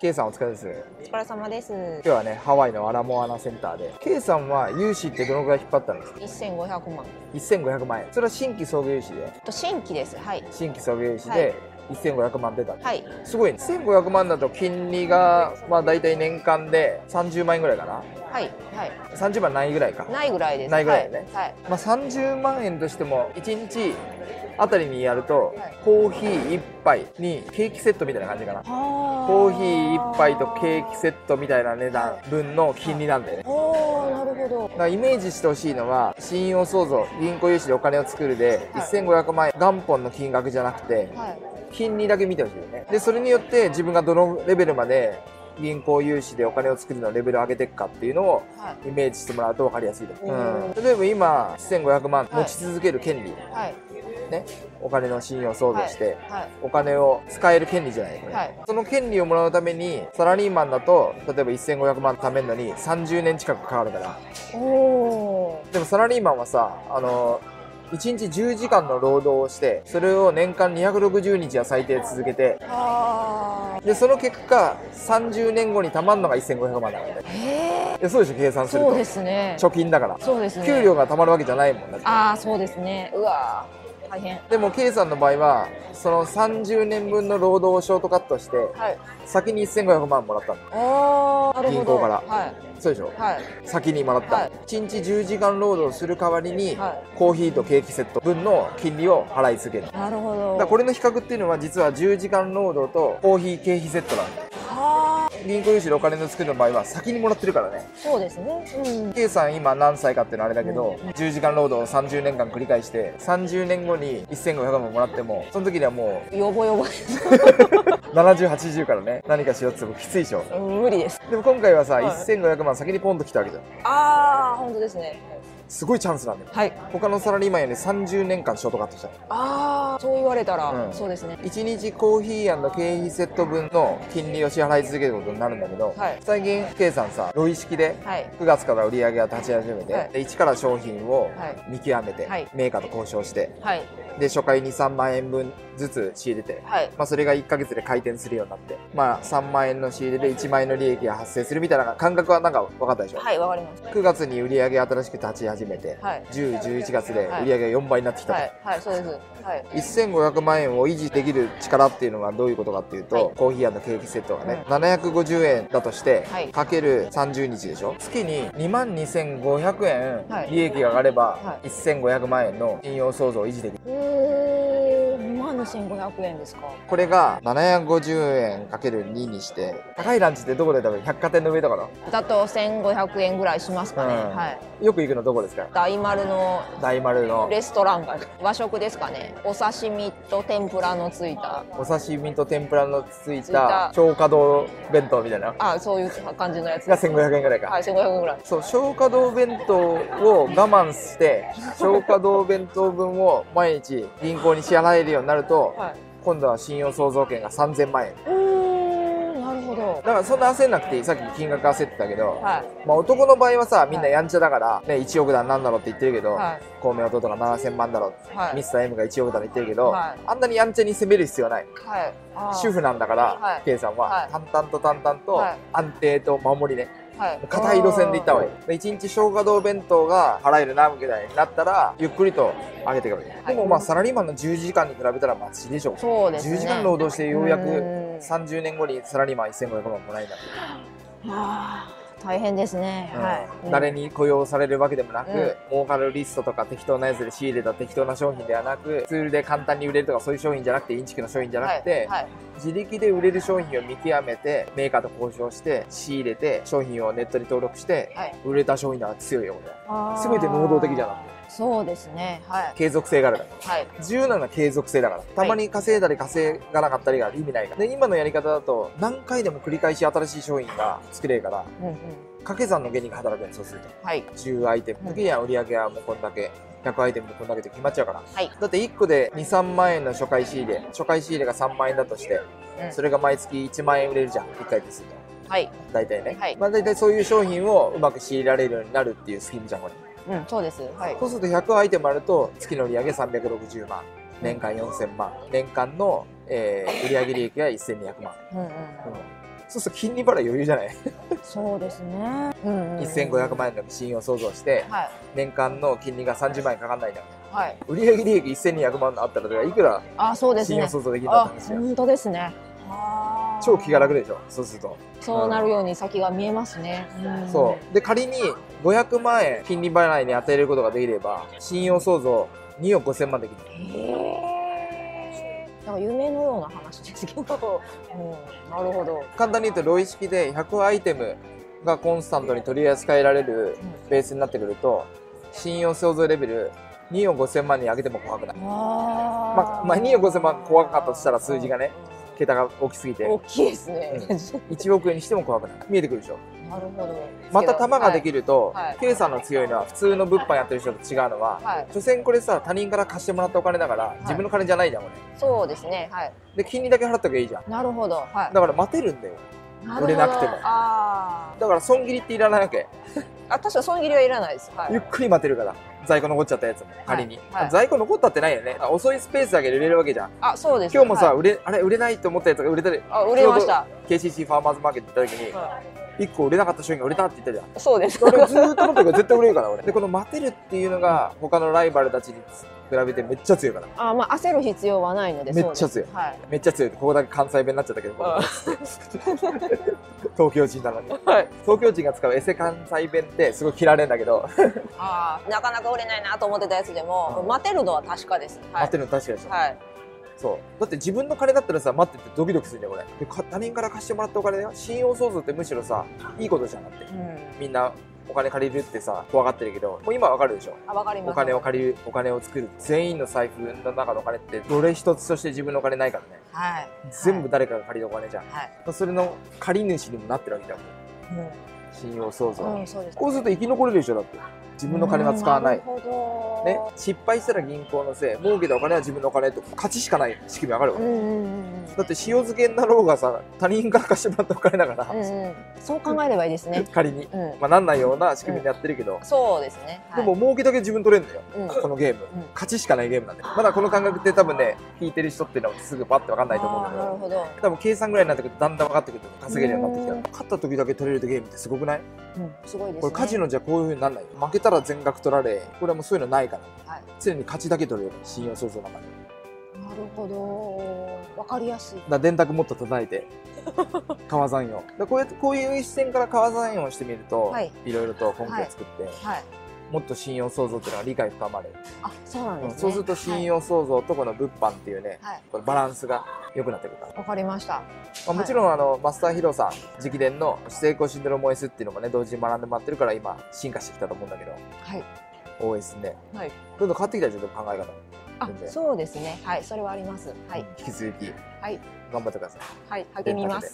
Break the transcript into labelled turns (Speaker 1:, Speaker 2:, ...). Speaker 1: K さんお疲れです
Speaker 2: お疲れ様です。
Speaker 1: 今日はねハワイのアラモアナセンターで K さんは融資ってどのくらい引っ張ったんですか
Speaker 2: 1500万。
Speaker 1: 1500万円それは新規創業融資で
Speaker 2: と新規です。はい。
Speaker 1: 新規創業融資で1500万出た、
Speaker 2: はい。
Speaker 1: すごい、ね、1500万だと金利がまあ大体年間で30万円ぐらいかな
Speaker 2: はい。は
Speaker 1: 30万ないぐらいか
Speaker 2: い。ないぐらいです。
Speaker 1: ないぐらいだね
Speaker 2: はい。
Speaker 1: まあ、30万円としても1日あたりにやると
Speaker 2: はい
Speaker 1: コーヒー1杯にケーキセットみたいな感じかなコ
Speaker 2: コ
Speaker 1: ーヒー1杯とケーキセットみたいな値段分の金利なんだよね
Speaker 2: おー、なるほど。
Speaker 1: だからイメージしてほしいのは信用創造銀行融資でお金を作るで、
Speaker 2: はい
Speaker 1: 1500万円元本の金額じゃなくて
Speaker 2: はい。
Speaker 1: 金利だけ見てほしいよねでそれによって自分がどのレベルまで銀行融資でお金を作るのレベルを上げていくかっていうのを
Speaker 2: はい。
Speaker 1: イメージしてもらうと分かりやすいと思う、
Speaker 2: うん
Speaker 1: 例えば今1500万
Speaker 2: はい
Speaker 1: 持ち続ける権利、
Speaker 2: はい。
Speaker 1: ねお金の信用創造して、
Speaker 2: はい。
Speaker 1: お金を使える権利じゃないこれ、
Speaker 2: はい
Speaker 1: その権利をもらうためにサラリーマンだと例えば1500万貯めるのに30年近くかかるから
Speaker 2: おー。
Speaker 1: でもサラリーマンはさ、あの、1日10時間の労働をして、それを年間260日は最低続けて、
Speaker 2: あ
Speaker 1: で、その結果、30年後に貯まるのが1500万だからね
Speaker 2: ー。。へー。
Speaker 1: いやそうでしょ、計算する
Speaker 2: そうで
Speaker 1: と。
Speaker 2: すね。
Speaker 1: 貯金だから。
Speaker 2: そうですね。
Speaker 1: 給料が貯まるわけじゃないもんだって。
Speaker 2: あー、そうですね。うわー。大変。
Speaker 1: でも、K さんの場合は、その30年分の労働をショートカットして、
Speaker 2: はい。
Speaker 1: 先に1500万もらったの。
Speaker 2: あー、なるほ
Speaker 1: 銀
Speaker 2: ど。
Speaker 1: 行から
Speaker 2: はい。
Speaker 1: そうでしょ
Speaker 2: はい。
Speaker 1: 先にもらった、
Speaker 2: はい
Speaker 1: 1日10時間労働する代わりに、
Speaker 2: は
Speaker 1: コーヒーとケーキセット分の金利を払い続ける。
Speaker 2: なるほ
Speaker 1: だ
Speaker 2: ど。
Speaker 1: からこれの比較っていうのは実は10時間労働とコーヒー経費セットなんだよ
Speaker 2: はー。
Speaker 1: 銀行融資でお金の作るの場合は先にもらってるからね
Speaker 2: そうですね。うん。
Speaker 1: K さん今何歳かっていうのはあれだけど、10時間労働を30年間繰り返して30年後に1500万もらってもその時にはも
Speaker 2: よぼよぼです。
Speaker 1: う7080からね何かしようって言ってもきついでしょ
Speaker 2: 無理です。
Speaker 1: でも今回はさ、
Speaker 2: はい
Speaker 1: 1500万先にポンと来たわけじゃん
Speaker 2: あー、本当ですね。
Speaker 1: すごいチャンスなんだよ
Speaker 2: はい。
Speaker 1: 他のサラリーマンより30年間ショートカットしたの
Speaker 2: ああそう言われたら、
Speaker 1: うん
Speaker 2: そうですね
Speaker 1: 1日コーヒー経費セット分の金利を支払い続けることになるんだけど、
Speaker 2: はい
Speaker 1: 最近 K さんさロイ式で
Speaker 2: はい
Speaker 1: 9月から売り上げを立ち始めて、
Speaker 2: はい
Speaker 1: で一から商品を
Speaker 2: はい
Speaker 1: 見極めて、
Speaker 2: はい
Speaker 1: メーカーと交渉して
Speaker 2: はい
Speaker 1: で初回に3万円分ずつ仕入れて、
Speaker 2: はい
Speaker 1: まあ、それが1ヶ月で回転するようになって、まあ、3万円の仕入れで1万円の利益が発生するみたいな感覚はなんか分かったでしょ、
Speaker 2: はいわかりまし
Speaker 1: 9月に売り上げ新しく立ち始めて、
Speaker 2: たはい
Speaker 1: 10、11月で売り上げが4倍になってきたと、
Speaker 2: はいはいそうですはい
Speaker 1: 1500万円を維持できる力っていうのはどういうことかっていうと、
Speaker 2: はい
Speaker 1: コーヒーケーキセットがね、750円だとして、
Speaker 2: はい
Speaker 1: かける30日でしょ月に2万2500
Speaker 2: は
Speaker 1: 円
Speaker 2: い
Speaker 1: 利益が上がれば、
Speaker 2: は
Speaker 1: 1500万円の信用創造を維持できる
Speaker 2: えー、2万2500円ですか
Speaker 1: これが750円かける2にして高いランチってどこで食べる百貨店の上とかの
Speaker 2: だと1500円ぐらいしますかね、
Speaker 1: うん
Speaker 2: はい
Speaker 1: よく行くのどこですか
Speaker 2: 大丸の
Speaker 1: 大丸の
Speaker 2: レストランが和食ですかねお刺身と天ぷらのついた
Speaker 1: お刺身と天ぷらのつい
Speaker 2: つい
Speaker 1: た
Speaker 2: た
Speaker 1: 超華堂弁当みたいなの
Speaker 2: あそういう感じのやつ
Speaker 1: が1500円ぐらいか、
Speaker 2: はい1500円ぐらい
Speaker 1: そう消化道弁当を我慢して消化道弁当分を毎日銀行に支払えるようになると、
Speaker 2: はい
Speaker 1: 今度は信用創造権が3000万円
Speaker 2: うーんなるほど
Speaker 1: だからそんな焦んなくていいさっき金額焦ってたけど、
Speaker 2: はい
Speaker 1: まあ、男の場合はさみんな
Speaker 2: はい
Speaker 1: やんちゃだから、ね、1億だなんだろうって言ってるけど、
Speaker 2: はい
Speaker 1: 孔明弟が7000万だろう、
Speaker 2: はい
Speaker 1: ミスター M が1億だって言ってるけど、
Speaker 2: はい
Speaker 1: あんなにやんちゃに攻める必要ない
Speaker 2: はいあー
Speaker 1: 主婦なんだから、
Speaker 2: はい
Speaker 1: K さん
Speaker 2: は
Speaker 1: はい淡々と淡々と
Speaker 2: はい
Speaker 1: 安定と守りね
Speaker 2: はい
Speaker 1: 硬い路線で行った方がいい。で一日消化道弁当が払えるなぐらいになったら、ゆっくりと上げていけばいい。
Speaker 2: はい
Speaker 1: でもまあサラリーマンの10時間に比べたらマシでしょう。
Speaker 2: そうですね
Speaker 1: 10時間労働してようやく
Speaker 2: うん
Speaker 1: 30年後にサラリーマン1500万もらえるんだ、
Speaker 2: あー大変ですね、はい、
Speaker 1: 誰に雇用されるわけでもなく、
Speaker 2: うん
Speaker 1: 儲かるリストとか適当なやつで仕入れた適当な商品ではなくツールで簡単に売れるとかそういう商品じゃなくてインチキの商品じゃなくて、
Speaker 2: はいはい
Speaker 1: 自力で売れる商品を見極めてメーカーと交渉して仕入れて商品をネットに登録して、
Speaker 2: はい
Speaker 1: 売れた商品だから強いよ俺は
Speaker 2: あー
Speaker 1: 全て能動的じゃなくて
Speaker 2: そうですねはい
Speaker 1: 継続性があるから
Speaker 2: はい
Speaker 1: 重要なのは継続性だからたまに稼いだり稼がなかったりが意味ないからで今のやり方だと何回でも繰り返し新しい商品が作れるから
Speaker 2: うんうん
Speaker 1: 掛け算の原理が働くんですそうすると
Speaker 2: はい
Speaker 1: 10アイテムの時には売り上げはもうこんだけ100アイテムでこんだけって決まっちゃうから
Speaker 2: はい、
Speaker 1: だって1個で23万円の初回仕入れ初回仕入れが3万円だとして
Speaker 2: うん
Speaker 1: それが毎月1万円売れるじゃん1回ですると
Speaker 2: はい
Speaker 1: 大体ね、
Speaker 2: はい
Speaker 1: まあ大体そういう商品をうまく仕入れられるようになるっていうスキームじゃんこれ
Speaker 2: うんそうですはい
Speaker 1: そうすると100アイテムあると月の売り上げ360万年間4000万年間の、えー売上利益が1200万、
Speaker 2: うんうん
Speaker 1: うんそうすると金利払い余裕じゃない、
Speaker 2: そうですね。うん、うん。
Speaker 1: 1500万円の信用創造して
Speaker 2: はい。
Speaker 1: 年間の金利が30万円かかんないんだ
Speaker 2: はい。
Speaker 1: 売上利益1200万あったらいくら
Speaker 2: あ、そうです
Speaker 1: 信用
Speaker 2: ね。
Speaker 1: 創造できるんだっ
Speaker 2: あ
Speaker 1: たん、ですよ、
Speaker 2: 本当ですね。あー
Speaker 1: 超気が楽でしょそうすると、
Speaker 2: そうなるように先が見えますね。ん
Speaker 1: そうで仮に500万円金利払いに与えることができれば信用創造2億5000万できる
Speaker 2: へーなんか夢のような話ですけど、うん、なるほど。
Speaker 1: 簡単に言うとロイ式で100アイテムがコンスタントに取り扱えられるベースになってくると信用創造レベル2億5000万に上げても怖くないま
Speaker 2: ま
Speaker 1: あまあ2億5000万怖かったとしたら数字がね桁が大きすぎて
Speaker 2: 大きいですね。
Speaker 1: 1億円にしても怖くない見えてくるでしょ
Speaker 2: なるほど。
Speaker 1: また玉がで
Speaker 2: る。
Speaker 1: きると、
Speaker 2: はいはい
Speaker 1: 計算の強いのは普通の物販やってる人と違うのは、
Speaker 2: はい、はい
Speaker 1: 所詮これさ他人から貸してもらったお金だから自分の金じゃないじゃんこれ
Speaker 2: そうですね。はい、
Speaker 1: で金利だけ払っとけばいいじゃん
Speaker 2: なるほど。は
Speaker 1: だから待てるんだよ
Speaker 2: い。るほど
Speaker 1: 売れなくても
Speaker 2: あ
Speaker 1: だから損切りっていらないわけ
Speaker 2: ーあ、確かに損切りはいらないです。は
Speaker 1: ゆっ
Speaker 2: い。
Speaker 1: くり待てるから在庫残っちゃったやつも仮に、
Speaker 2: はい
Speaker 1: 在庫残ったってないよねあ遅いスペースだけで売れるわけじゃん
Speaker 2: あ、そうです。
Speaker 1: 今日もさ、
Speaker 2: はい
Speaker 1: 売れあれ売れないと思ったやつが売れたり
Speaker 2: あ、売れました。
Speaker 1: KCC ファーマーズマーケット行った時に
Speaker 2: は
Speaker 1: 1個売れなかった商品が売れたって言ったじゃん
Speaker 2: い そうです。
Speaker 1: 俺ずーっと持ってるから絶対売れるから俺でこの待てるっていうのが他のライバルたちに比べてめっちゃ強いから
Speaker 2: あ、まあ焦る必要はないので。
Speaker 1: めっちゃ強い
Speaker 2: そうですはい。
Speaker 1: めっちゃ強いここだけ関西弁になっちゃったけど
Speaker 2: あ
Speaker 1: 東京人なのに
Speaker 2: はい。
Speaker 1: 東京人が使うエセ関西弁ってすごい嫌われるんだけど、
Speaker 2: あーなかなか売れないなと思ってたやつで
Speaker 1: う
Speaker 2: も、
Speaker 1: ん
Speaker 2: 待てるのは確かです。はい
Speaker 1: 待てるの確かでしょ、
Speaker 2: はい。
Speaker 1: そうだって自分の金だったらさ待っててドキドキするんだよこれでか他人から貸してもらったお金だよ信用創造ってむしろさいいことじゃなくて
Speaker 2: うん。
Speaker 1: みんなお金借りるってさ怖がってるけどもう今わかるでしょ
Speaker 2: あ、わかります。
Speaker 1: お金を借りるお金を作る全員の財布の中のお金ってどれ一つとして自分のお金ないからね
Speaker 2: はい。
Speaker 1: 全部誰かが借りたお金じゃん、
Speaker 2: はい。
Speaker 1: それの借り主にもなってるわけだもん信用創造、
Speaker 2: うん。うん、そうです。
Speaker 1: こうすると生き残れるでしょだって自分の金は使わない
Speaker 2: うんるほど。
Speaker 1: ね、失敗したら銀行のせい儲けたお金は自分のお金と勝ちしかない仕組みわかるわ、
Speaker 2: うんうんうんうん。
Speaker 1: だって塩漬けになろうがさ他人から貸してもらったお金だから、
Speaker 2: うんうん。そう考えればいいですね。
Speaker 1: 仮に、
Speaker 2: うん。
Speaker 1: まあ、なんないような仕組みにやってるけど、
Speaker 2: そうですね。はい
Speaker 1: でも、儲けだけ自分取れるんだよ、
Speaker 2: うん
Speaker 1: このゲーム、
Speaker 2: うん
Speaker 1: 勝ちしかないゲームなんでまだこの感覚って多分ね聞いてる人っていうのはすぐパッて分かんないと思うんだけ
Speaker 2: あーなる
Speaker 1: ど
Speaker 2: ほど。
Speaker 1: 多分計算ぐらいになってくるとだんだん分かってくると稼げるようになってきた勝った時だけ取れるゲームってすごくない
Speaker 2: うん。すごいですね。
Speaker 1: これカジノじゃこういうふうになんない負けたら全額取られこれはもうそういうのないから、
Speaker 2: はい
Speaker 1: 常に勝ちだけ取れる信用創造の中で
Speaker 2: なるほど。わかりやすい
Speaker 1: だ。から電卓もっと叩い て川山用だからこうやってこういう視線から川山用をしてみると、
Speaker 2: はい
Speaker 1: い、ろいろと根拠を作って、
Speaker 2: はい。
Speaker 1: もっと信用創造っていうのは理解深まる、
Speaker 2: あ、そうなんですね。
Speaker 1: そうすると信用創造とこの物販っていうね、
Speaker 2: はい。はい。
Speaker 1: このバランスが良くなってくるから、ま
Speaker 2: わかりました。
Speaker 1: あ、もちろんあのマスターヒロさん直伝の成功シンドローム OS っていうのもね同時に学んでもらってるから今進化してきたと思うんだけど
Speaker 2: はい。
Speaker 1: OS ね
Speaker 2: はい。
Speaker 1: どんどん変わってきたでしょ考え方
Speaker 2: あ
Speaker 1: 全、然
Speaker 2: そうですね。はい。それはあります。はい。
Speaker 1: 引き続き
Speaker 2: はい。
Speaker 1: 頑張ってください
Speaker 2: はい。励みます。